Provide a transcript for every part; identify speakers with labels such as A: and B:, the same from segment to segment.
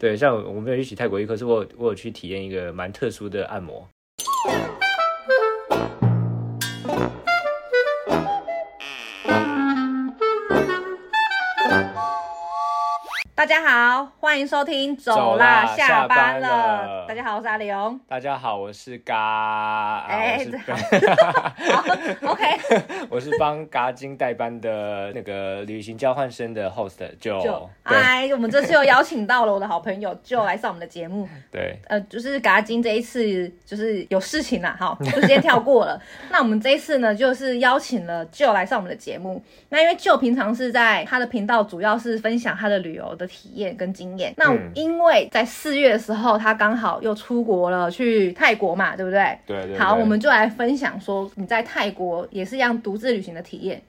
A: 对，像我没有一起泰国浴，可是我有我有去体验一个蛮特殊的按摩。
B: 大家好，欢迎收听，
A: 走
B: 走
A: 啦
B: 啦，
A: 下
B: 下
A: 班
B: 班
A: 了
B: 了。大家好，我是阿 龙。
A: 大家好，我是嘎，啊
B: 哎
A: 我
B: 这
A: 是
B: OK，
A: 我是帮嘎金代班的那个旅行交换生的 host 就
B: 就
A: 对
B: 哎，我们这次又邀请到了我的好朋友，就来上我们的节 目。
A: 对
B: 呃，就是嘎金这一次就是有事情啦，哈，就直接跳过 了。那我们这一次呢，就是邀请了就来上我们的节目。那因为就平常是在他的频道，主要是分享他的旅游的体验跟经验。那
A: 嗯
B: 因为在四月的时候，他刚好又出国了，去泰国嘛，对不对？
A: 对对对。
B: 好，我们就来分享说你在泰国也是一样独自旅行的体 验，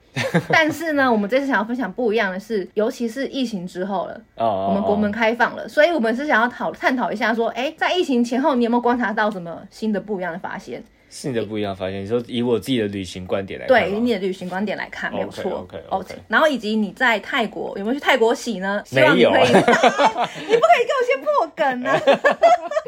B: 但是呢，我们这次想要分享不一样的是，尤其是疫情之后了，
A: 哦哦
B: 我们国门
A: 哦
B: 开放了，所以我们是想要讨探讨一下说，哎、在疫情前后你有没有观察到什么新的不一样的发
A: 哎
B: 现？
A: 是你的不一样发现，你说以我自己的旅行观点来看
B: 对，以
A: 吗
B: 你的旅行观点来看，没有
A: OK，
B: 错。
A: OK，OK，OK
B: 然后以及你在泰国有没有去泰国洗呢？希
A: 没
B: 望你
A: 有啊
B: 可 以，你不可以给我先破梗呢、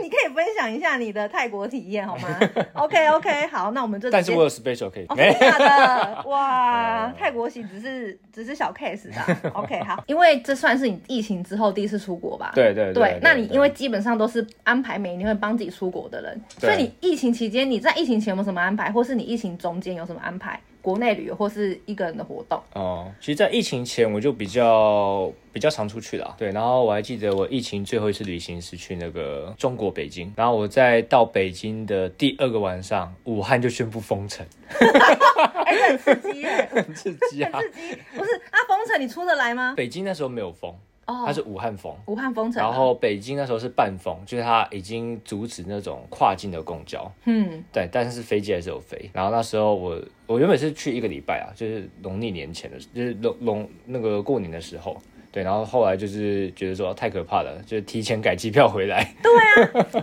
B: 你可以分享一下你的泰国体验好吗？OK OK，好，那我们就直接
A: 但是我有 special 可以
B: 哦，
A: 没哎
B: 真的假的？
A: 没
B: 哇
A: 有，
B: 泰国洗只是只是小 case 的。OK，好，因为这算是你疫情之后第一次出国吧？
A: 对对对对
B: 那你
A: 对
B: 因为基本上都是安排每年会帮自己出国的人，
A: 对
B: 所以你疫情期间你在疫情前有没有什么安排，或是你疫情中间有什么安排？国内旅游或是一个人的活 动？
A: 哦，其实，在疫情前我就比较比较常出去啦。对，然后我还记得我疫情最后一次旅行是去那个中国北京，然后我在到北京的第二个晚上，武汉就宣布封 城，
B: 哎、这很刺激耶，
A: 很刺激啊！
B: 很刺激。不是啊，封城你出得来吗？
A: 北京那时候没有封，
B: 哦啊
A: 它是武汉封。
B: 武汉封城了，
A: 啊然后北京那时候是半封，就是它已经阻止那种跨境的公交，
B: 嗯，
A: 对，但是飞机还是有飞。然后那时候我我原本是去一个礼拜啊，就是农历年前的，就是农农那个过年的时候。对，然后后来就是觉得说哦太可怕了，就提前改机票回来。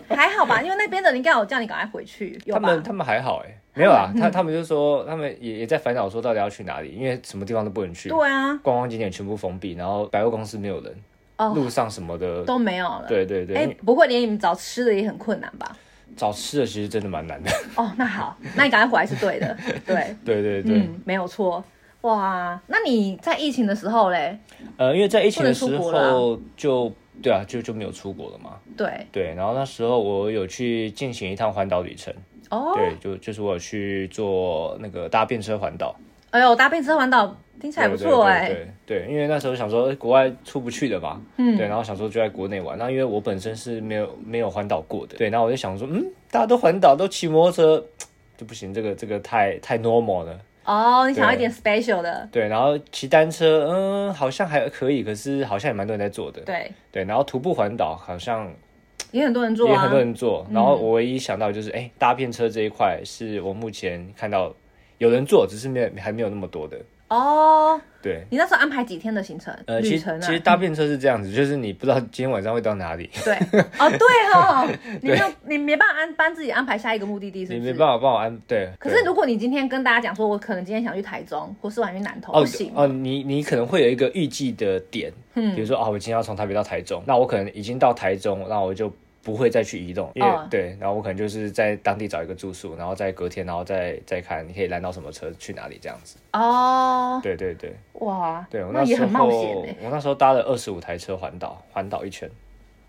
B: 还好吧，因为那边的人应该有叫你赶快回去， 有
A: 他
B: 吧
A: 们？他们还好哎、没有啦，他他们就说他们也也在烦恼说到底要去哪里，因为什么地方都不能去，
B: 对啊，
A: 观光景点全部封闭，然后百货公司没有人，
B: 哦，
A: 路上什么的，
B: 都没有了。
A: 对对对，
B: 哎、
A: 因为
B: 不会连你们找吃的也很困难吧？
A: 找吃的其实真的蛮难的。
B: 哦，那好，那你赶快回来是对的，对，
A: 对对对，
B: 嗯，没有错。哇，那你在疫情的时候嘞？
A: 呃，因为在疫情的
B: 不能
A: 时
B: 出国了啊
A: 候就对啊，就就没有出国了嘛。
B: 对，
A: 对，然后那时候我有去进行一趟环岛旅程，
B: 哦，
A: 对，就就是我有去做那个搭便车环岛，
B: 哎呦，搭配车环岛听起来不错哎、
A: 对对对对，因为那时候想说诶国外出不去的吧，嗯，对，然后想说就在国内玩，那因为我本身是没有没有环岛过的，对，然后我就想说，嗯，大家都环岛都骑摩托车就不行，这个这个太太 normal 了，
B: 哦，你想要
A: 对
B: 一点 special 的，
A: 对，然后骑单车，嗯，好像还可以，可是好像也蛮多人在做的，
B: 对，
A: 对，然后徒步环岛好像
B: 也很多人做
A: 也很
B: 啊嗯
A: 多。人做。然后我唯一想到就是，哎、搭便车这一块是我目前看到有人做，只是没有还没有那么多的。
B: 哦，
A: 对，
B: 你那时候安排几天的行程？
A: 呃，其
B: 旅
A: 实
B: 程啊？
A: 其实搭便车是这样子，就是你不知道今天晚上会到哪 里，
B: 对，哦对哦，你没有，你没办法安帮自己安排下一个目的地，是
A: 你
B: 不
A: 没
B: 是？
A: 办法帮我安。对，
B: 可
A: 对
B: 是如果你今天跟大家讲说，我可能今天想去台中，或是我想去南投，
A: 哦
B: 不行嗯
A: 哦，你你可能会有一个预计的点，比如说哦，我今天要从台北到台中，那我可能已经到台中，那我就。不会再去移动，因为、
B: 哦
A: 对，然后我可能就是在当地找一个住宿，然后再隔天，然后再再看你可以拦到什么车去哪里这样子。
B: 哦，
A: 对对对。
B: 哇，
A: 对，我
B: 那也
A: 时候
B: 很冒险哎、
A: 我那时候搭了二十五台车环岛，环岛一圈，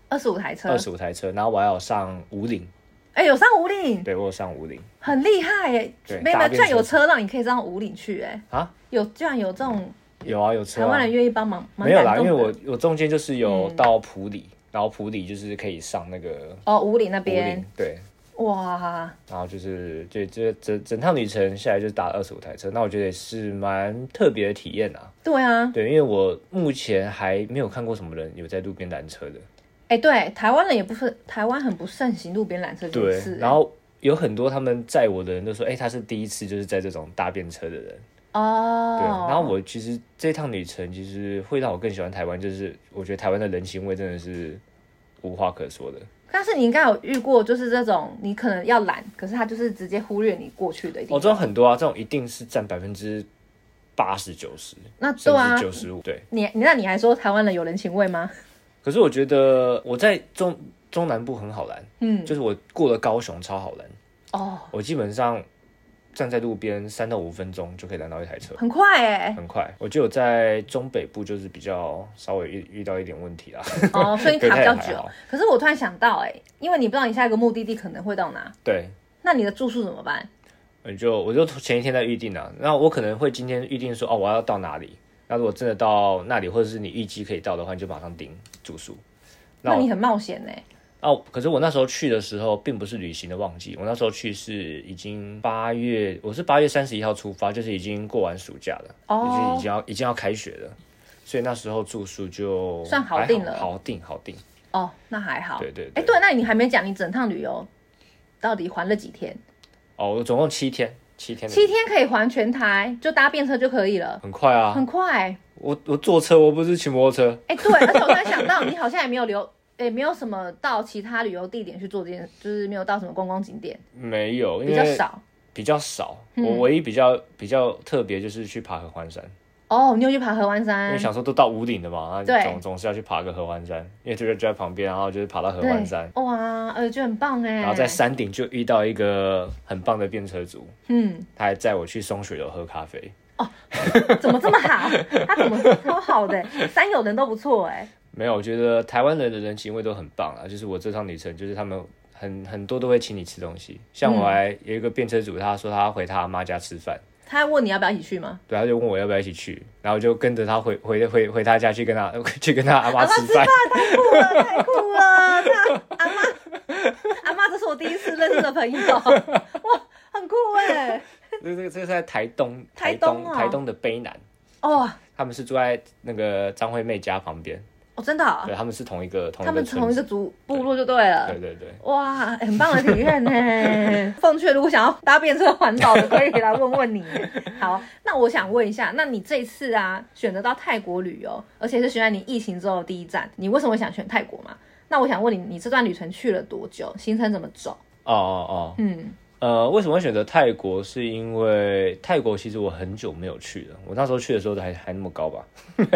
B: 二十五台车
A: 二，十五台车，然后我还有上五岭，
B: 哎、有上五岭，
A: 对我有上五岭
B: 很厉害哎、
A: 对
B: 没
A: 搭
B: 有没有，
A: 便
B: 居然有
A: 车
B: 车让你可以上五岭去哎、
A: 啊，
B: 有居然有这种
A: 有啊有车、
B: 台
A: 啊
B: 湾，人愿意帮忙，蛮
A: 没有啦，
B: 感
A: 因
B: 动
A: 为
B: 的嗯
A: 我我中间就是有到普里，然后普里就是可以上那个
B: 哦五岭那
A: 五岭
B: 边，
A: 对，
B: 哇，
A: 然后就是就这整整趟旅程下来就是打了二十五台车，那我觉得也是蛮特别的体验啊，
B: 对啊，
A: 对，因为我目前还没有看过什么人有在路边拦车的，
B: 哎、对，台湾人也不是台湾很不盛行路边缆车这件
A: 对
B: 事，哎
A: 然后。有很多他们载我的人都说，哎、他是第一次就是在这种搭便车的人，
B: 哦，
A: 对，然后我其实这趟旅程其实会让我更喜欢台湾，就是我觉得台湾的人情味真的是无话可说的。
B: 但是你应该有遇过，就是这种你可能要懒，可是他就是直接忽略你过去的一
A: 哦，
B: 点，
A: 这种很多啊，这种一定是占百分之八十九十，
B: 那
A: 甚
B: 对啊
A: 至，九十五。对，
B: 你你那你还说台湾人有人情味吗？
A: 可是我觉得我在中中南部很好玩，
B: 嗯，
A: 就是我过了高雄超好玩，
B: 哦，
A: 我基本上站在路边三到五分钟就可以拦到一台车。
B: 很快哎、
A: 很快，我就有在中北部，就是比较稍微遇遇到一点问题啦。
B: 哦，所以你卡比较
A: 对太
B: 久
A: 好。
B: 可是我突然想到、哎，因为你不知道你下一个目的地可能会到哪，
A: 对，
B: 那你的住宿怎么办？
A: 我就我就前一天在预定啊，那我可能会今天预定说哦，我要到哪里？那如果真的到那里，或者是你预计可以到的话，你就马上订住宿。那
B: 那
A: 我
B: 你很冒险呢、
A: 哦，可是我那时候去的时候并不是旅行的旺季，我那时候去是已经八月，我是八月三十一号出发，就是已经过完暑假了，就是已
B: 哦
A: 经要已经要开学了，所以那时候住宿就
B: 算好
A: 还
B: 定了
A: 好定好定。
B: 哦，那还好。
A: 对对
B: 哎、
A: 对
B: 对，那你还没讲你整趟旅游到底环了几天？
A: 哦，我总共七天，七天的
B: 七天可以环全台，就搭便车就可以了，
A: 很快啊
B: 很！快。
A: 我我坐车，我不是骑摩托车，
B: 哎、对，而且我突然想到，你好像也没有留。 也没有什么到其他旅游地点去做这件，就是没有到什么观光景点，
A: 没有，因
B: 比较
A: 为
B: 少。
A: 比较少。
B: 嗯
A: 我唯一比较比较特别就是去爬合欢山，
B: 哦，你有去爬合欢
A: 因
B: 山
A: 为？想说都到屋顶的嘛，
B: 对
A: 那总总是要去爬个合欢山，因为这个就在旁边，然后就是爬到合
B: 对
A: 欢山，，
B: 哇，呃，就很棒哎。
A: 然后在山顶就遇到一个很棒的便车族，
B: 嗯，
A: 他还载我去松雪楼喝咖啡。
B: 怎么这么好？他怎么超好的？山友人都不错哎。
A: 没有，我觉得台湾人的人情味都很棒啊，就是我这趟旅程，就是他们。很很多都会请你吃东西，像
B: 嗯
A: 我还有一个便车主，他说他回他妈家吃饭，
B: 他问你要不要一起去吗？
A: 对，他就问我要不要一起去，然后我就跟着他回回回回他家去跟他 去跟他阿妈
B: 阿妈
A: 吃
B: 吃
A: 饭
B: 饭，太酷了，太酷了！那阿妈，阿妈，这是我第一次认识的朋 友，哇，很酷哎。
A: 这这个这是在台东，
B: 台
A: 东
B: 东哦
A: 台东的卑南，
B: 哦，
A: 他们是住在那个张惠妹家旁边，
B: 哦，真的哦，
A: 对，他们是同一个同一个
B: 他们
A: 村
B: 同一
A: 子，
B: 个族部落就对了。
A: 对对对，
B: 哇，欸很棒的体验呢！ 奉劝如果想要搭便车环岛的，可以来 问问你。好，那我想问一下，那你这次啊选择到泰国旅游，而且是选在你疫情之后的第一站，你为什么想选泰国嘛？那我想问你，你这段旅程去了多久？行程怎么 走？
A: 哦哦哦，
B: 嗯，
A: 呃，为什么会选择泰国？是因为泰国其实我很久没有去了，我那时候去的时候还还那么高吧，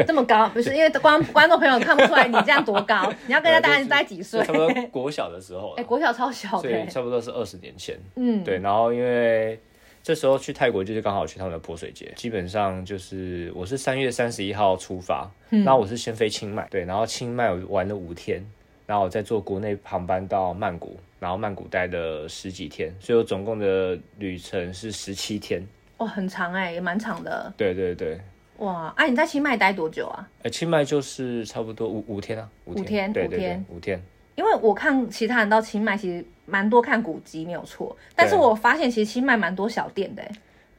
B: 这么高，不是因为观观众朋友看不出来你这样多 高，你要跟人家大概大概几
A: 就
B: 岁
A: 差？不多国小的时候
B: 哎、
A: 了，
B: 国小超小
A: 所
B: 的、
A: 以差不多是二十年前，
B: 嗯，
A: 对，然后因为这时候去泰国就是刚好去他们的泼水节，基本上就是我是三月三十一号出发，
B: 嗯
A: 然后我是先飞清迈，对，然后清迈我玩了五天，然后我再坐国内航班到曼谷，然后曼谷待了十几天，所以我总共的旅程是十七天，
B: 哇，很长哎、也蛮长的。
A: 对对对。
B: 哇，啊，你在清迈待多久啊？
A: 呃，清迈就是差不多五五天啊，五
B: 五天
A: 对
B: 五
A: 对对
B: 天，
A: 五天，
B: 因为我看其他人到清迈，其实蛮多看古籍没有错，但是我发现其实清迈蛮多小店的欸，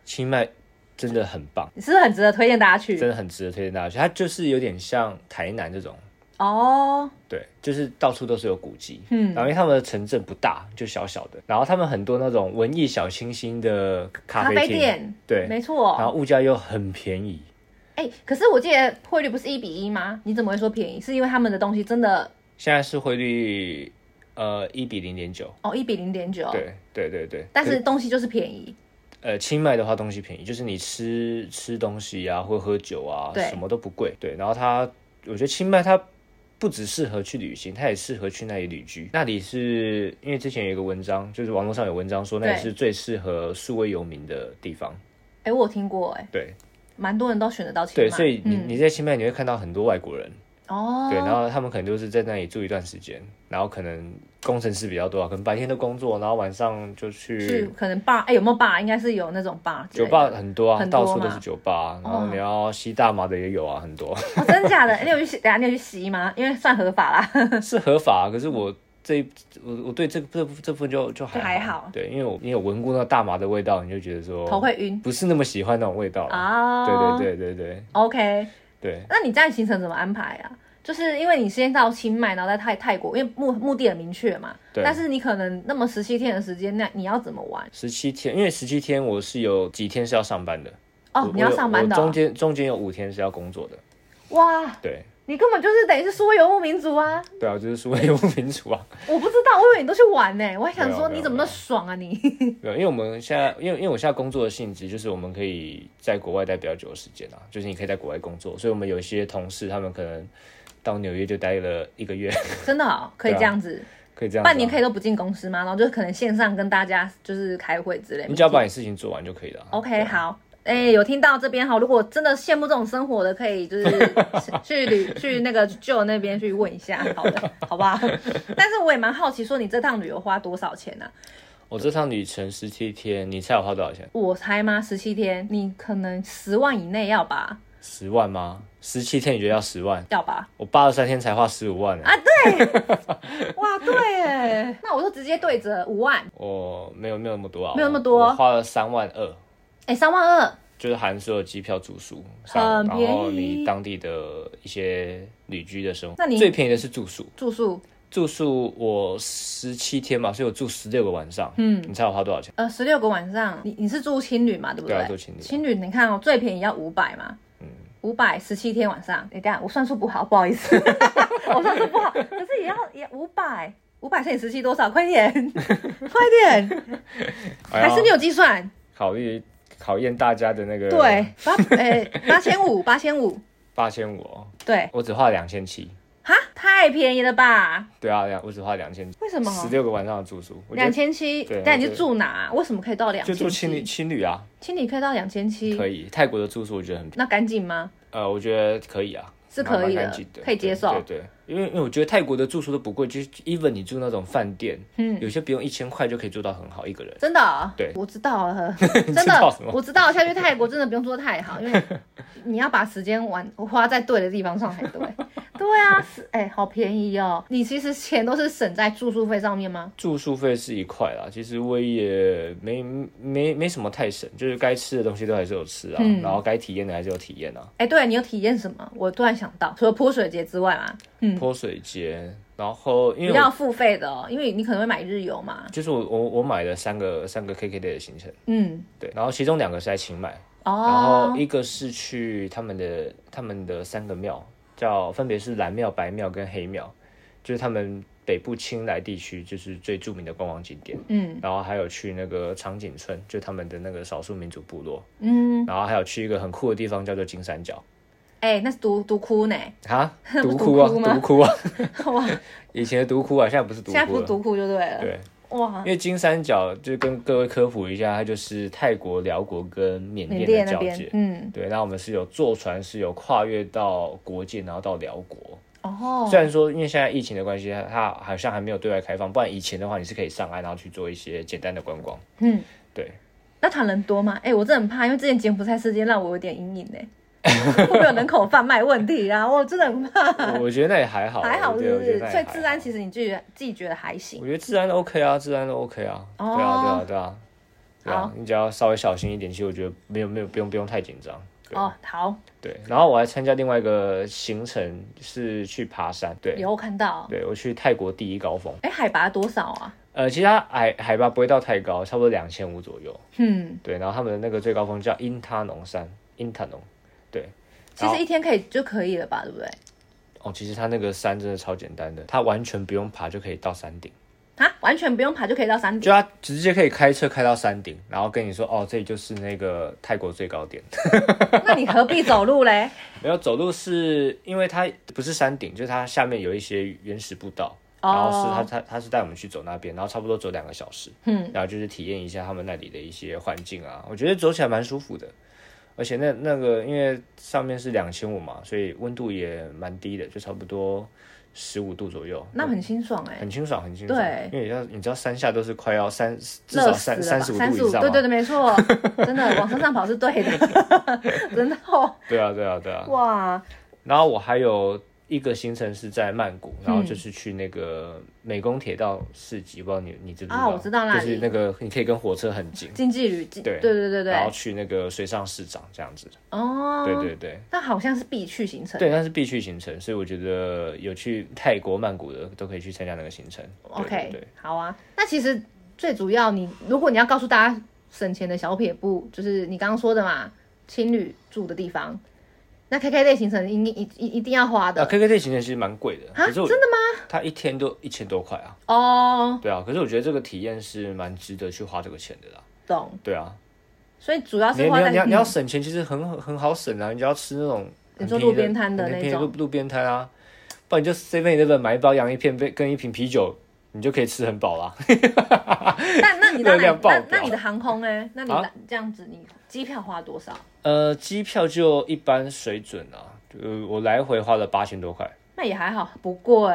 A: 清迈真的很棒，
B: 你是不是很值得推荐大家去
A: 真？的很值得推荐大家去。它就是有点像台南这种，
B: 哦，
A: 对，就是到处都是有古迹，
B: 嗯
A: 然后因为他们的城镇不大，就小小的，然后他们很多那种文艺小清新的咖
B: 咖
A: 啡
B: 啡
A: 厅，
B: 店，
A: 对，
B: 没
A: 然
B: 错。
A: 后物价又很便宜，
B: 哎、可是我记得汇率不是一比一吗？你怎么会说便宜？是因为他们的东西真的
A: 现在是汇率呃一比零点九，
B: 哦一比零点九，
A: 对对对对，
B: 但
A: 可
B: 是东西就是便宜。
A: 呃清迈的话东西便宜，就是你吃吃东西啊或喝酒啊，
B: 对
A: 什么都不贵，对，然后它我觉得清迈它。不只适合去旅行，它也适合去那里旅居。那里是因为之前有一个文章，就是网络上有文章说那里
B: 对
A: 是最适合数位游民的地方。
B: 哎、我有听过、哎，
A: 对，
B: 蛮多人都选得到清迈。
A: 对，所以你、
B: 嗯、
A: 你在清迈你会看到很多外国人，
B: 哦，
A: 对，然后他们可能就是在那里住一段时间，然后可能工程师比较多啊，可能白天都工作，然后晚上就
B: 去
A: 去
B: 可能 bar，哎、有没有 bar？应该是有那种 bar 之
A: 酒
B: 类
A: 吧
B: 的。
A: 很多啊，
B: 很
A: 到
B: 多
A: 处都
B: 嘛
A: 是酒吧啊，然后
B: 哦
A: 你要吸大麻的也有啊，很 多
B: 哦，真的假的？你有去洗？等一下你有去洗衣吗？因为算合法啦。
A: 是合法啊、可是我。这一我我对这个这部这部分就就还
B: 还好
A: 对，因为我你有闻过那大麻的味道，你就觉得说
B: 头会晕
A: 不是那么喜欢那种味道了。
B: 啊
A: 哦对对对对对
B: OK，
A: 对，
B: 那你这样行程怎么安排啊？就是因为你先到清迈，然后在泰泰国，因为目目的很明确嘛。
A: 对
B: 但是你可能那么十七天的时间，那你要怎么玩？
A: 十七天，因为十七天我是有几天是要上班的，
B: 哦
A: 我，
B: 你要上班的
A: 我有我
B: 哦、
A: 中间中间有五天是要工作的，
B: 哇，
A: 对
B: 你根本就是等于是苏维游牧民族啊！
A: 对啊，就是所谓游牧民族啊。
B: 我不知道，我以为你都去玩呢、我还想
A: 没有
B: 说
A: 没有
B: 你怎么那么爽啊你？
A: 对，因为我们现在，因为因为我现在工作的性质就是我们可以在国外待比较久的时间啊，就是你可以在国外工作，所以我们有一些同事他们可能到纽约就待了一个月，
B: 真的、哦、可以
A: 对啊
B: 这样子，
A: 可以这样子啊、
B: 半年可以都不进公司吗？然后就可能线上跟大家就是开会之类。
A: 你只要把你事情做完就可以了啊。
B: OK 好。哎、有听到这边哈，如果真的羡慕这种生活的，可以就是 去旅去那个旧那边去问一 下，好的，好不好？但是我也蛮好奇，说你这趟旅游花多少钱呢、啊？
A: 我这趟旅程十七天，你猜我花多少钱？
B: 我猜吗？十七天，你可能十万以内要吧，
A: 十万吗？十七天你觉得要十万？
B: 要吧？
A: 我八十三天才花十五万呢、欸
B: 啊，对，哇，对耶， 那我就直接对折五万，
A: 我没有没有那么多啊，
B: 没有那么多
A: 我我花了三万二，
B: 哎、三万二，
A: 就是含所有机票、住宿，
B: 很
A: 然
B: 呃便宜
A: 后你当地的一些旅居的生活。
B: 那你
A: 最便宜的是住宿，
B: 住宿
A: 住宿我十七天嘛，所以我住十六个晚上。嗯，你猜我花多少钱？
B: 呃，十六个晚上，你你是住青旅嘛，对不对？
A: 对啊嗯住青旅
B: 青旅，你看哦，最便宜要五百嘛，五百十七天晚上。你看我算数不好，不好意思， 我算数不好，可是也要也五百，五百乘以十七多少？快点， 快点，
A: 哎
B: 还是你有计算？
A: 考虑考验大家的那个
B: 对，八哎八千五，八千五，
A: 八千五，
B: 对，
A: 我只花了两千七。
B: 哈，太便宜了吧？
A: 对啊，两我只花两千，
B: 为什么
A: 十六个晚上的住宿，我觉
B: 两
A: 得
B: 千七
A: 对，
B: 但你
A: 我觉得
B: 是住哪？啊为什么可以到两
A: 就
B: 千？嗯
A: 住青旅，青旅啊，
B: 青旅可以到两千七，
A: 可以。泰国的住宿我觉得很，
B: 那干净吗？
A: 呃，我觉得可以啊，
B: 是可
A: 蛮
B: 以的
A: 蛮干净的，
B: 可以接受
A: 对对对因为因为我觉得泰国的住宿都不贵，就是 even 你住那种饭店，嗯，有些不用一千块就可以住到很好一个人。
B: 真的、哦？
A: 对
B: 我知 道了，真
A: 知道
B: 的
A: 什么，
B: 我知道下去泰国真的不用做太好，因为你要把时间玩花在对的地方上才对。 对啊，是哎、好便宜哦！你其实钱都是省在住宿费上面吗？
A: 住宿费是一块啦，其实我也没没没什么太省，就是该吃的东西都还是有吃啊，
B: 嗯
A: 然后该体验的还是有体验啊。
B: 哎、对你有体验什么？我突然想到，除了泼水节之外嘛，
A: 泼水节，然后因
B: 你
A: 为
B: 要
A: 我
B: 付费的哦，因为你可能会买日游嘛。
A: 就是我我我买了三个三个 KK day 的行程，
B: 嗯，
A: 对，然后其中两个是在清迈，然
B: 哦
A: 后，一个是去他们的他们的三个庙，叫分别是蓝庙、白庙跟黑庙，就是他们北部青莱地区就是最著名的观光景点。
B: 嗯
A: 然后还有去那个长颈村，就他们的那个少数民族部落，
B: 嗯，
A: 然后还有去一个很酷的地方叫做金三角。
B: 哎、那是独独窟呢？
A: 啊，独
B: 不是
A: 窟啊，
B: 独窟 吗
A: 独窟啊，
B: 哇，
A: 以前的独窟啊，现在不是独
B: 现在不
A: 窟
B: 是
A: 了。
B: 独窟就对了。
A: 对，
B: 哇
A: 因，为金三角就跟各位科普一下，它就是泰国、辽国跟缅
B: 缅
A: 甸
B: 甸
A: 的
B: 那
A: 交
B: 边
A: 界，。
B: 嗯，
A: 对，那我们是有坐船，是有跨越到国界，然后到辽国。
B: 哦，
A: 虽然说，因为现在疫情的关系，它它好像还没有对外开放，不然以前的话，你是可以上岸，然后去做一些简单的观光。
B: 嗯，
A: 对，
B: 那他人多吗？哎、我真的很怕，因为之前柬埔寨事件让我有点阴影呢、会不会有人口贩卖问题啊？我真的很怕。
A: 我我觉得那也还好，啊
B: 还好
A: 我
B: 是
A: 觉得
B: 不
A: 我觉
B: 是
A: 得那？也
B: 所以
A: 还
B: 治
A: 好
B: 安其实你自己觉得自己觉得还行。
A: 我觉得治安都 OK 啊，治安都 OK 啊，对啊，对啊，对啊，对
B: 哦好
A: 啊，你只要稍微小心一点，其实我觉得没有没有不用不用太紧张。对啊
B: 哦，好，
A: 对，然后我还参加另外一个行程是去爬山，对，
B: 有看到。
A: 对我去泰国第一高峰，
B: 哎、海拔多少啊？
A: 呃，其实它海海拔不会到太高，差不多两千五左右，
B: 嗯，
A: 对，然后他们的那个最高峰叫因他农山，因他农，对，
B: 其实一天可以就可以了吧，对不对？
A: 哦，其实它那个山真的超简单的，它完全不用爬就可以到山顶。
B: 啊，完全不用爬就可以到山顶。
A: 就他直接可以开车开到山顶，然后跟你说，哦，这里就是那个泰国最高点。
B: 那你何必走路嘞？
A: 没有走路是因为它不是山顶，就是它下面有一些原始步道，
B: 哦
A: 然后是他他他是带我们去走那边，然后差不多走两个小时，嗯，然后就是体验一下他们那里的一些环境啊，我觉得走起来蛮舒服的。而且那那个因为上面是两千五嘛，所以温度也蛮低的，就差不多十五度左右，
B: 那很清爽哎、
A: 很清爽，很清爽。
B: 对
A: 因为你知道你知道山下都是快要三至
B: 热
A: 少
B: 死了
A: 三三
B: 吧，
A: 十五度以
B: 35
A: 上嘛，
B: 对对对，没错， 真的往山上跑是对的，真的哦、
A: 对啊，对啊，对啊。
B: 哇，
A: 然后我还有一个行程是在曼谷，然
B: 嗯
A: 后就是去那个美工铁道市集，不知道你你知不知道？
B: 啊我知道那里
A: 就是那个你可以跟火车很近，
B: 经济旅，对
A: 对
B: 对对对对，
A: 然后去那个水上市场这样子。
B: 哦，
A: 对对对
B: 那好像是必去行程。
A: 对，那是必去行程，所以我觉得有去泰国、曼谷的都可以去参加那个行程。对
B: OK，
A: 对对
B: 好啊。那其实最主要你，如果你要告诉大家省钱的小撇步，就是你刚刚说的嘛，情侣住的地方，那 KK 类行程一定一一一定要花
A: 啊
B: 的
A: ，K K 这行程其实蛮贵的，
B: 啊，
A: 可是
B: 真
A: 我
B: 的吗？
A: 它一天都一千多块啊，
B: 哦，
A: 对啊，可是我觉得这个体验是蛮值得去花这个钱的啦，
B: 懂。
A: 对啊，
B: 所以主要
A: 你
B: 是
A: 你
B: 花
A: 要
B: 在
A: 你要你要省钱，其实很很好省啊，你只要吃那种
B: 你
A: 很
B: 说
A: 便宜
B: 路边
A: 的
B: 摊的
A: 很
B: 那
A: 便宜
B: 种
A: 路路边摊啊，不然你就 Seven Eleven 买一包洋芋片被跟一瓶啤酒，你就可以吃很饱啦。
B: 那那你到
A: 热量
B: 哪？
A: 爆
B: 那
A: 表
B: 那你的航空呢？那你
A: 啊
B: 的这样子，你机票花多少？
A: 呃，机票就一般水准啊，呃，我来回花了八千多块。
B: 那也还好，不贵，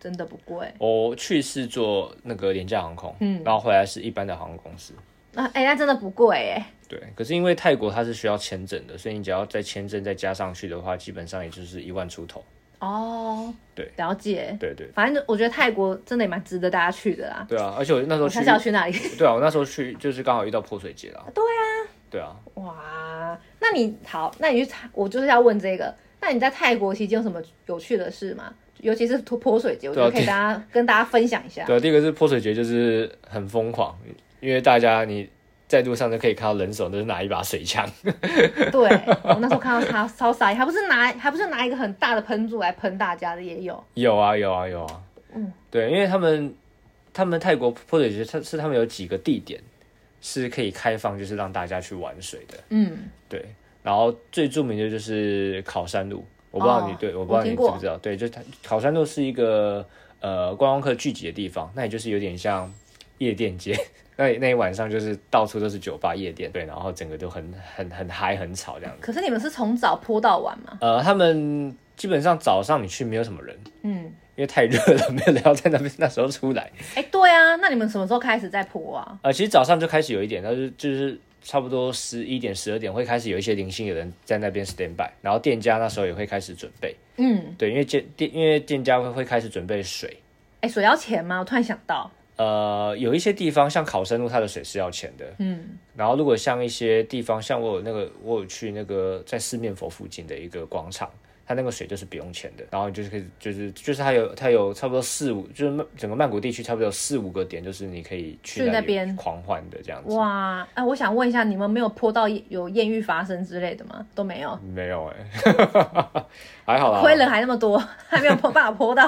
B: 真的不贵。
A: 我去是坐那个廉价航空，嗯，然后回来是一般的航空公司。
B: 那哎，那真的不贵哎。
A: 对，可是因为泰国它是需要签证的，所以你只要再签证再加上去的话，基本上也就是一万出头。
B: 哦，
A: 对，
B: 了解。
A: 对对
B: 反正我觉得泰国真的也蛮值得大家去的啦。
A: 对啊，而且我那时候
B: 我
A: 去
B: 下次，要去那里？
A: 对啊，我那时候去就是刚好遇到泼水节啦。对啊，对啊，
B: 哇，那你好，那你去泰，我就是要问这个。那你在泰国期间有什么有趣的事吗？尤其是泼泼水节，我觉
A: 对啊
B: 得可以大家跟大家分享一下。
A: 对啊，第一个是泼水节就是很疯狂，因为大家你在路上就可以看到人手都是拿一把水枪。
B: 对，我那时候看到他超傻眼，还不是拿还不是拿一个很大的喷柱来喷大家的也有。
A: 有啊，有啊，有啊。
B: 嗯，
A: 对，因为他们他们泰国泼水节，它是他们有几个地点是可以开放，就是让大家去玩水的。
B: 嗯，
A: 对，然后最著名的就是考山路，我不知道你、
B: 哦
A: 对，我
B: 我
A: 不知道你
B: 听
A: 知
B: 过
A: 不知道，对，就是它考山路是一个呃观光客聚集的地方，那也就是有点像夜店街。那那一晚上就是到处都是酒吧、夜店，对，然后整个都很很很嗨、很吵这样子。
B: 可是你们是从早泼到晚吗？
A: 呃，他们基本上早上你去没有什么人，
B: 嗯，
A: 因为太热了，没有人要在那边那时候出来。
B: 哎、对啊，那你们什么时候开始在泼啊？
A: 呃，其实早上就开始有一点，但是就是差不多十一点、十二点会开始有一些零星的人在那边 stand by，然后店家那时候也会开始准备，
B: 嗯，
A: 对，因为店店因为店家会会开始准备水。
B: 哎、水要钱吗？我突然想到，
A: 呃，有一些地方像考生路，它的水是要钱的。
B: 嗯，
A: 然后如果像一些地方，像我有那个我有去那个在四面佛附近的一个广场，它那个水就是不用钱的。然后你就是可以就是就是它有它有差不多四五，就是曼整个曼谷地区差不多有四五个点，就是你可以去
B: 去
A: 那
B: 那
A: 里
B: 边
A: 狂欢的这样子。
B: 哇，哎、我想问一下，你们没有泼到有艳遇发生之类的吗？都没有，
A: 没有哎、 还好啦。
B: 亏人还那么多， 还没有泼把我 泼到。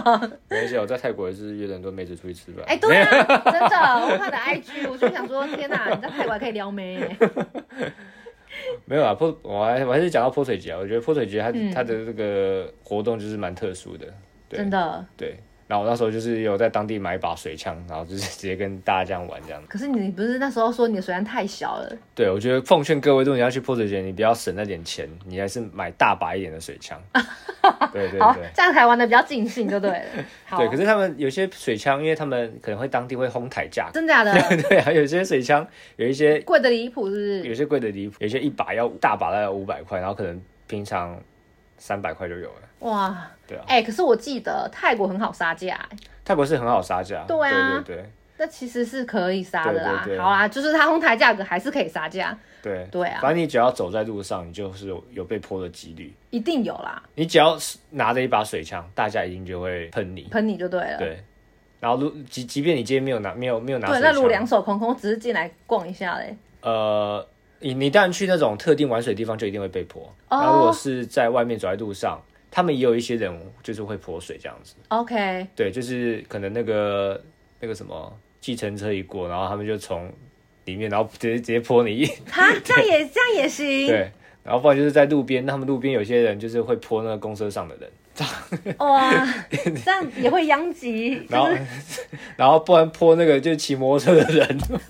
A: 没关系，我在泰国也是约了很多妹子出去吃饭。
B: 哎、对 啊，真的，我看你的 IG，我就想说，天哪，你在泰国还可以撩妹、
A: 没有啊，泼我还我还是讲到泼水节啊，我觉得泼水节它、
B: 嗯
A: 它的这个活动就是蛮特殊的，对
B: 真的。
A: 对。然后我那时候就是有在当地买一把水枪，然后就是直接跟大家这样玩这样。
B: 可是你不是那时候说你的水量太小了？
A: 对，我觉得奉劝各位，如果你要去泼水节，你不要省那点钱，你还是买大把一点的水 枪。对对
B: 好
A: 对，。
B: 这样才玩的比较尽兴，就对了。 好，
A: 对，可是他们有些水枪，因为他们可能会当地会哄抬价格，
B: 真假的
A: 对啊，有些水枪有一些
B: 贵的离谱，是不是？
A: 有些贵的离谱，有些一把要大把的要五百块，然后可能平常三百块就有了。
B: 哇，
A: 对啊
B: 哎、可是我记得泰国很好杀价、哎
A: 泰国是很好杀价，
B: 对啊
A: 对对
B: 那其实是可以杀的啦。
A: 对对对
B: 好啦，就是它哄抬价格还是可以杀价，
A: 对对
B: 对啊
A: 反正你只要走在路上，你就是有有被泼的几率。
B: 一定有啦，
A: 你只要是拿着一把水枪，大家一定就会喷你。
B: 喷你就对了。
A: 对，然后如即即便你今天没有拿没有没有拿
B: 对，
A: 水
B: 那如果
A: 枪
B: 两，手空空，只是进来逛一下嘞，
A: 呃，你你当然去那种特定玩水的地方就一定会被泼。
B: 哦
A: 然后如果是在外面走在路上，他们也有一些人就是会泼水这样子。
B: ，OK，
A: 对，就是可能那个那个什么计程车一过，然后他们就从里面，然后直接直接泼你一，
B: 哈，这样也这样也行，
A: 对，然后不然就是在路边，他们路边有些人就是会泼那个公车上的人，
B: 哇，这样也会殃及，
A: 然
B: 就
A: 后
B: 是
A: 然后不然泼那个就是骑摩托车的人。
B: 还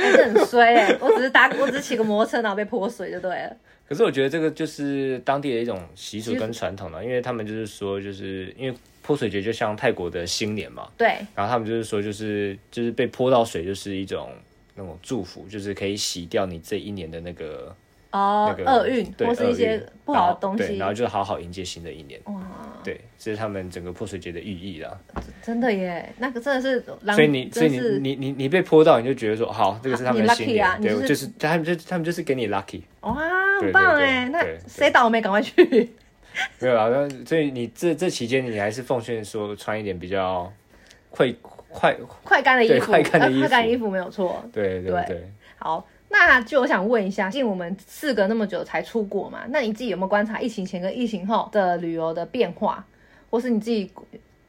B: 是很衰哎、我只是打，我只是骑个摩托车，然后被泼水就对了。
A: 可是我觉得这个就是当地的一种习俗跟传统了、因为他们就是说，就是因为泼水节就像泰国的新年嘛，
B: 对，
A: 然后他们就是说，就是就是被泼到水就是一种那种祝福，就是可以洗掉你这一年的那个
B: 哦
A: 那，个
B: 厄运
A: 对
B: 或是一
A: 厄
B: 些
A: 运
B: 不好
A: 然
B: 的
A: 后
B: 东
A: 对，
B: 西
A: 然，后就好好迎接新的一年。
B: 哇。
A: 对，这是他们整个泼水节的寓意啦。
B: 真的耶，那个真的是狼，
A: 所以你，所以
B: 真
A: 你，
B: 是
A: 你，你，你被泼到，你就觉得说，好，这个是他们的
B: 你
A: 新
B: lucky
A: 年，
B: 啊你
A: 对，
B: 就是
A: 就是他们就他们就是给你 lucky，
B: 哇，
A: 对对
B: 很棒
A: 对
B: 哎！那
A: 对对
B: 谁倒霉赶快去，
A: 没有啦。那所以你这这期间，你还是奉劝说穿一点比较快快，
B: 快干的衣
A: 对
B: 服，
A: 快干的
B: 呃
A: 衣服
B: 快干衣服没有错。
A: 对对
B: 对
A: 对。
B: 好，那就我想问一下，进我们四个那么久才出国嘛，那你自己有没有观察疫情前跟疫情后的旅游的变化，或是你自己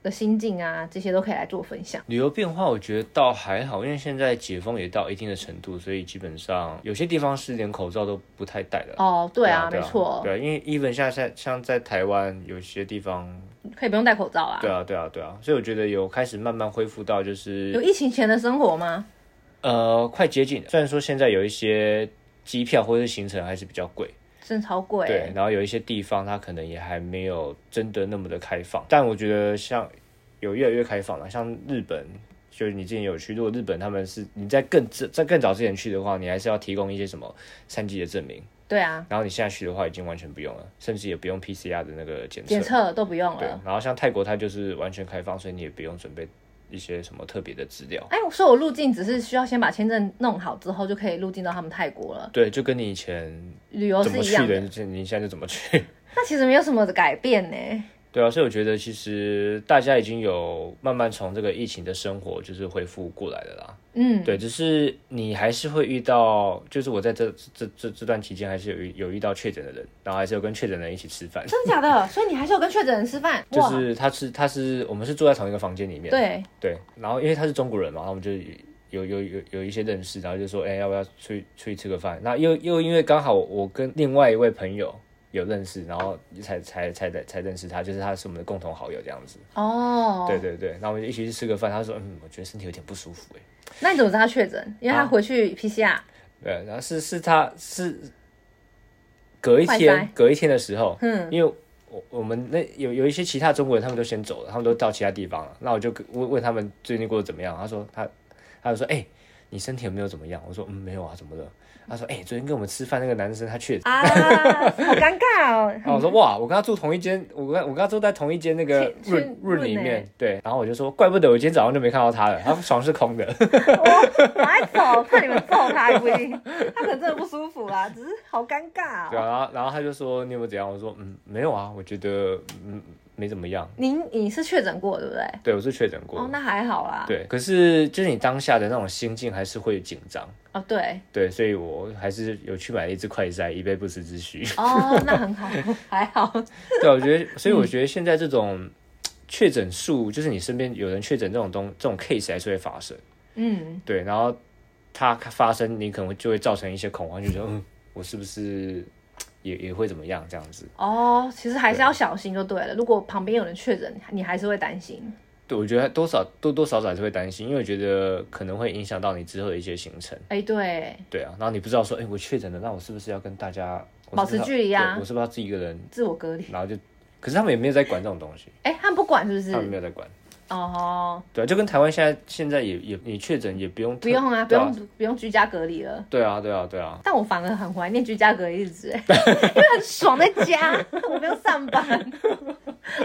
B: 的心境啊，这些都可以来做分享。
A: 旅游变化，我觉得倒还好，因为现在解封也到一定的程度，所以基本上有些地方是连口罩都不太戴的。
B: 哦，对啊，
A: 对
B: 没错，
A: 对啊，因为 even 现在像像在台湾有些地方
B: 可以不用戴口罩啦
A: 对。啊，对啊，对啊，所以我觉得有开始慢慢恢复到就
B: 有
A: 是
B: 疫情前的生活吗？
A: 呃快接近了。虽然说现在有一些机票或是行程还是比较贵，
B: 真的超贵、
A: 对，然后有一些地方它可能也还没有真的那么的开放，但我觉得像有越来越开放了，像日本。就是你之前有去，如果日本他们是你在更之在更早之前去的话，你还是要提供一些什么三级的证明，
B: 对啊，
A: 然后你现在去的话已经完全不用了，甚至也不用 PCR 的那个检测
B: 检。测都不用
A: 对
B: 了。，
A: 然后像泰国它就是完全开放，所以你也不用准备一些什么特别的资料。
B: 哎，我说我入境只是需要先把签证弄好之后，就可以入境到他们泰国了，
A: 对，就跟你以前
B: 旅游
A: 怎
B: 哦是
A: 么
B: 一
A: 去
B: 样
A: 的，
B: 的。
A: 你你现在就怎么去。
B: 那其实没有什么改变呢。
A: 对啊，所以我觉得其实大家已经有慢慢从这个疫情的生活就是恢复过来了啦。
B: 嗯，
A: 对，只是你还是会遇到，就是我在这这这这段期间还是有遇有遇到确诊的人，然后还是有跟确诊的人一起吃饭。
B: 真的假的？所以你还是有跟确诊人吃饭？
A: 就
B: 哇，
A: 是他是他是我们是住在同一个房间里面，
B: 对，
A: 对，然后因为他是中国人嘛，然后我们就有有有有一些认识，然后就说，哎、要不要出去出去吃个饭？那又又因为刚好我跟另外一位朋友有认识，然后才才才才才认识他，就是他是我们的共同好友这样子。
B: 哦，
A: 对对对，然后我们就一起去吃个饭。他说，嗯，我觉得身体有点不舒服、欸，
B: 那你怎么知道他确诊？因为他
A: 啊
B: 回去 PCR，
A: 对，然后是是他是隔一
B: 快
A: 天
B: 塞
A: 隔一天的时候，
B: 嗯，
A: 因为我我们那有有一些其他中国人，他们都先走了，他们都到其他地方了。那我就跟问问他们最近过得怎么样，他说他他就说哎、你身体有没有怎么样？我说嗯没有啊，怎么了？他说哎、昨天跟我们吃饭那个男生他确诊。
B: 啊，好尴尬哦。
A: 然后我说哇，我跟他住同一间，我跟我跟他住在同一间那个
B: 去去
A: 润润里
B: 润欸
A: 面，对。然后我就说，怪不得我今天早上就没看到他了，他床是空的。
B: 我我爱走，怕你们揍他也不一定，他可能真的不舒服啊啦，只是好尴尬
A: 对啊，
B: 哦。
A: 然后然后他就说你有没有怎样？我说嗯没有啊，我觉得嗯没怎么样。
B: 您你是确诊过对不对？
A: 对，我是确诊过。
B: 哦，那还好啦。
A: 对，可是就是你当下的那种心境还是会紧张。
B: 哦，对，
A: 对，所以我还是有去买了一支快塞，以备不时之需。
B: 哦，那很 好，还好。
A: 对，我觉得，所以我觉得现在这种确诊数，就是你身边有人确诊这种东这种 case 还是会发生。
B: 嗯，
A: 对，然后它发生，你可能就会造成一些恐慌，就觉得嗯，我是不是也也会怎么样这样子？
B: 哦，其实还是要小心就对了。如果旁边有人确诊，你还是会担心。
A: 对，我觉得多少多多少少还是会担心，因为我觉得可能会影响到你之后的一些行程。
B: 哎，对，
A: 对啊，然后你不知道说，哎、我确诊了，那我是不是要跟大家我是不是
B: 保持
A: 要
B: 距离啊
A: 对我是不是要自己一个人？
B: 自我隔离。
A: 然后就，可是他们也没有在管这种东西，
B: 哎，他们不管是不
A: 他们没
B: 是？
A: 有在管。
B: 哦，
A: 对啊，就跟台湾现在现在也也你确诊也不用特
B: 不用啊，不
A: 对
B: 用不用居家隔离了。
A: 对啊对啊对啊，
B: 但我反而很怀念居家隔离日子，欸 因为很爽在家，我不用上班。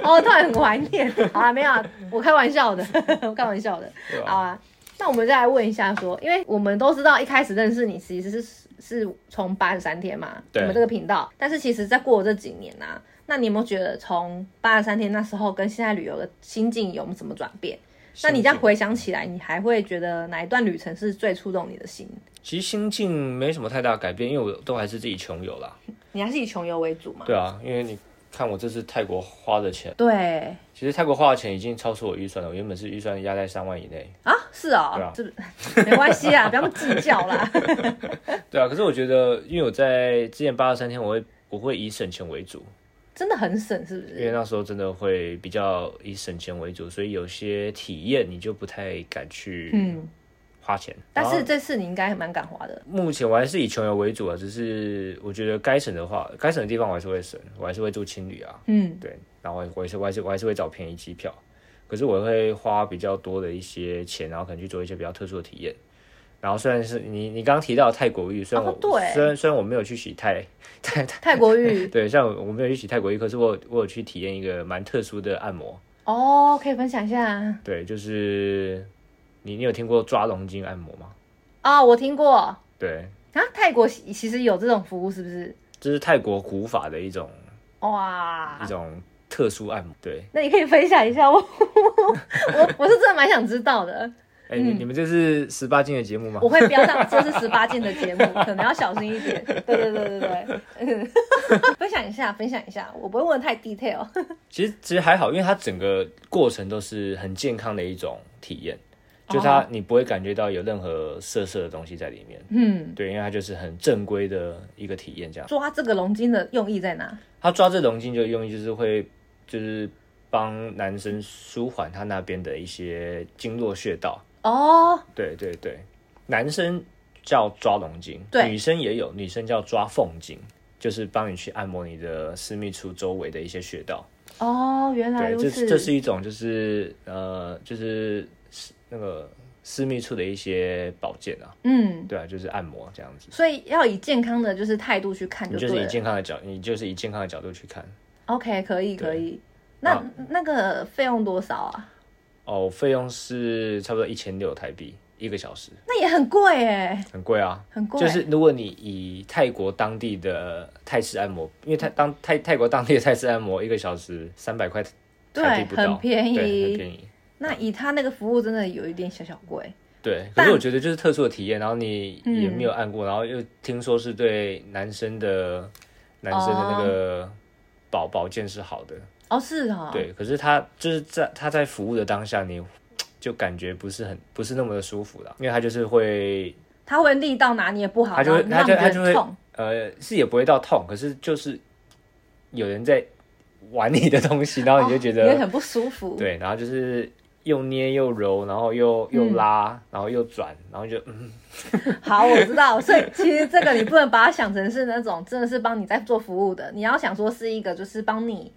B: 哦，突然很怀念。好啊，没有啊，我开玩笑的， 我开玩笑的。
A: 对啊
B: 好啊，那我们再来问一下说，因为我们都知道一开始认识你其实是是从八十三天嘛，
A: 对
B: 我们这个频道，但是其实在过了这几年啊，那你有没有觉得从八十三天那时候跟现在旅游的心境有什么转变？那你这样
A: 心境
B: 回想起来，你还会觉得哪一段旅程是最触动你的心？
A: 其实心境没什么太大改变，因为我都还是自己穷游啦。
B: 你还是以穷游为主嘛？
A: 对啊，因为你看我这次泰国花的钱，
B: 对
A: 其实泰国花的钱已经超出我预算了，我原本是预算压在三万以内。
B: 啊，是哦，
A: 对啊
B: 这不没关系啦，啊 不要那么计较啦。
A: 对啊，可是我觉得，因为我在之前八十三天，我会我会以省钱为主，
B: 真的很省，是不
A: 因为
B: 是？
A: 那时候真的会比较以省钱为主，所以有些体验你就不太敢去
B: 嗯，
A: 花钱。
B: 但
A: 然后
B: 是这次你应该蛮敢花的。
A: 目前我还是以穷游为主啊，只是我觉得该省的话，该省的地方我还是会省，我还是会住青旅啊，
B: 嗯，
A: 对，然后我我还是我还是我还是会找便宜机票，可是我会花比较多的一些钱，然后可能去做一些比较特殊的体验。然后虽然是你你刚刚提到泰国浴，虽然我、
B: 哦对
A: 虽然虽然我没有去洗泰泰泰，
B: 泰国浴
A: 对，像我没有去洗泰国浴，可是我有我有去体验一个蛮特殊的按摩，
B: 哦，可以分享一下
A: 对，就是你你有听过抓龙筋按摩吗？
B: 哦，我听过啊，
A: 对，
B: 泰国其其实有这种服务，是不是？
A: 这是泰国古法的一种一
B: 哇，
A: 种特殊按摩。对，
B: 那你可以分享一下我 我我是真的蛮想知道的，
A: 哎、你你们这是十八禁的节目吗
B: 嗯我？会标 上这是十八禁的节目，可能要小心一点。对对对对对，嗯 分享一下，分享一下，我不会问得太 detail。
A: 其实其实还好，因为它整个过程都是很健康的一种体验，就它、
B: 哦
A: 你不会感觉到有任何色色的东西在里面。
B: 嗯，
A: 对，因为它就是很正规的一个体验，这样。
B: 抓这个龙筋的用意在哪？
A: 它抓这龙筋就用意就是会就是帮男生舒缓他那边的一些经络穴道。
B: 哦，
A: 对对对，男生叫抓龙筋，
B: 对
A: 女生也有，女生叫抓缝筋，就是帮你去按摩你的私密处周围的一些穴道。
B: 哦，原来
A: 对，
B: 如
A: 这
B: 此。
A: 这是一种就是呃就是私那个私密处的一些保健啊，
B: 嗯，
A: 对啊，就是按摩这样子。
B: 所以要以健康的就是态度去看
A: 你
B: 对
A: 就
B: 了。
A: 是以健康的角，你就是以健康的角度去看。
B: OK，可以
A: 对
B: 可以。那
A: 好
B: 那个费用多少啊？
A: 哦，费用是差不多一千六台币一个小时，
B: 那也很贵哎，
A: 很贵啊。
B: 很贵。
A: 就是如果你以泰国当地的泰式按摩，因为
B: 嗯
A: 泰当泰泰国当地的泰式按摩一个小时三百块
B: 对
A: 台币不到，
B: 很便宜
A: 对，很便宜。
B: 那以他那个服务真的有一点小小贵。
A: 对，可
B: 但
A: 是我觉得就是特殊的体验，然后你
B: 嗯
A: 也没有按过，然后又听说是对男生的男生的那个保保健是好的，
B: 哦，是哦。。
A: 对。可是他就是在他在服务的当下，你就感觉不是很不是那么的舒服啦，因为他就是会
B: 他会力道拿捏不好，
A: 他就会
B: 然后
A: 他就
B: 让
A: 他就
B: 人
A: 会
B: 痛。
A: 呃，是也不会到痛，可是就是有人在玩你的东西，然后你就觉
B: 哦也
A: 得、
B: 很不舒服。，
A: 对，然后就是又捏又揉，然后又
B: 嗯
A: 又拉，然后又转，然后就嗯，
B: 好，我知道。所以其实这个你不能把它想成是那种真的是帮你在做服务的，你要想说是一个就是帮你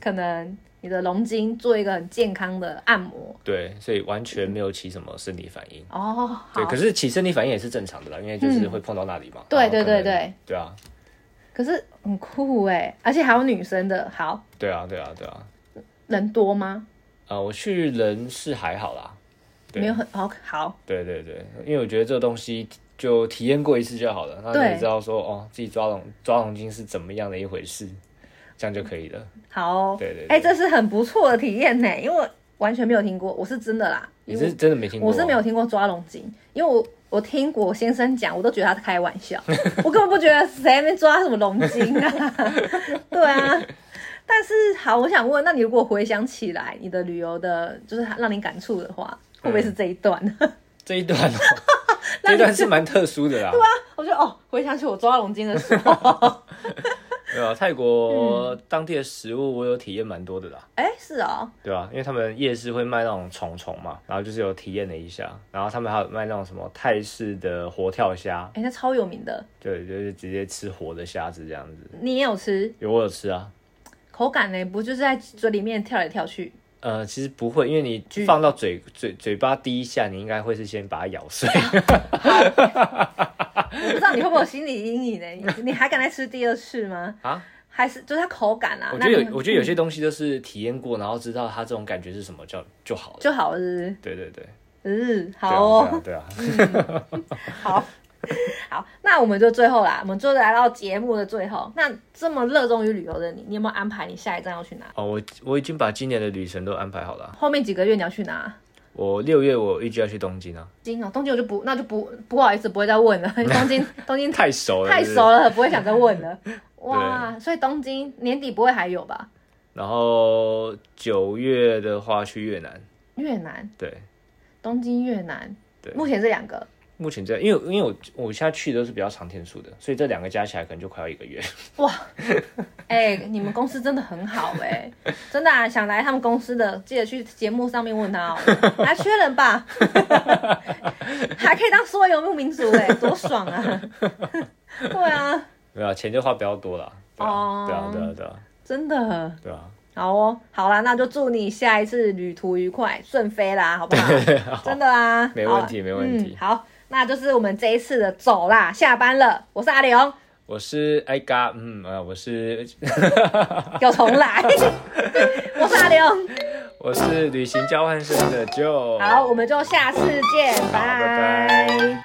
B: 可能你的龙筋做一个很健康的按摩。
A: 对，所以完全没有起什么生理反应。
B: 哦，好。
A: 对，可
B: 是
A: 是起生理反应也是正常的啦，因为就是
B: 嗯
A: 会碰到那里嘛。
B: 对
A: 然后
B: 对
A: 可能
B: 对对，
A: 对啊，
B: 可是很酷哎，而且还有女生的。好，
A: 对啊，对啊，对啊。
B: 人多吗？
A: 呃，我去人是还好啦，对
B: 没有很好好。
A: 对对对，因为我觉得这个东西就体验过一次就好了，那你
B: 对
A: 也知道说哦，自己抓龙抓龙筋是怎么样的一回事，这样就可以了。
B: 好、哦，
A: 对对对
B: 哎、这是很不错的体验呢，因为我完全没有听过，我是真的啦，
A: 你是真的没听过？啊
B: 我是没有。听过抓龙筋，因为我我听我先生讲，我都觉得他在开玩 笑，我根本不觉得谁在那边抓什么龙筋啊， 对啊。但是好，我想问，那你如果回想起来你的旅游的，就是让你感触的话，会不会是这一段？
A: 这一段、哦， 这一段是蛮特殊 的啦。对啊，
B: 我觉得哦，回想起我抓龙筋 的时候，
A: 对啊，泰国当地的食物我有体验蛮多的啦。
B: 哎、是哦，
A: 对啊，因为他们夜市会卖那种虫虫嘛，然后就是有体验了一下，然后他们还有卖那种什么泰式的活跳虾，
B: 哎、那超有名的，
A: 对，就是直接吃活的虾子这样子。
B: 你也有吃，
A: 有我有吃啊，
B: 口感呢，不就是在嘴里面跳来跳去？
A: 呃，其实不会，因为你
B: 咀
A: 放到嘴嘴嘴巴第一下，你应该会是先把它咬碎。
B: 啊我不知道你会不会有心理阴影呢？你你还敢再吃第二次吗？
A: 啊？
B: 还是就是它口感啊？
A: 我
B: 那
A: 觉得
B: 你
A: 有，我觉得有些东西就是体验过，然后知道它这种感觉是什么叫就好了。
B: 就好了是
A: 对对对，
B: 不是，嗯，
A: 对啊
B: 好哦，
A: 对啊，对啊
B: 好。好，那我们就最后啦，我们就来到节目的最后。那这么热衷于旅游的你，你有没有安排你下一站要去哪？
A: 哦，我我已经把今年的旅程都安排好了啊。
B: 后面几个月你要去哪？
A: 我六月我预计要去东京啊，
B: 东京哦，东京我就不，那就不不好意思，不会再问 了。东京，东京
A: 太熟了，
B: 太
A: 是不是
B: 熟了，不会想再 问了。哇，所以东京年底不会还有吧？
A: 然后九月的话去越南，
B: 越南，
A: 对，
B: 东京、越南，
A: 对
B: 目前这两个。
A: 目前这因为因为我我现在去的都是比较长天数的，所以这两个加起来可能就快要一个月。
B: 哎、你们公司真的很好 哎、真的啊，想来他们公司的，记得去节目上面问他哦，还缺人 吧，还可以当所有游牧民族哎、多爽啊！对啊，
A: 对啊，钱就花比较多啦。对
B: 哦
A: 啊，对啊，对啊，对啊，
B: 真的
A: 对啊。
B: 好哦，好啦，那就祝你下一次旅途愉快，顺飞啦，好 不好？真的啊，
A: 没问题
B: 好
A: 没问题
B: 嗯好，那就是我们这一次的走啦，下班了，我是阿刘，
A: 我是艾嘎，嗯呃，我是
B: 又重来，我 是阿刘。
A: 我是旅行交换生的 Joe。
B: 好，我们就下次见，
A: 拜拜
B: 拜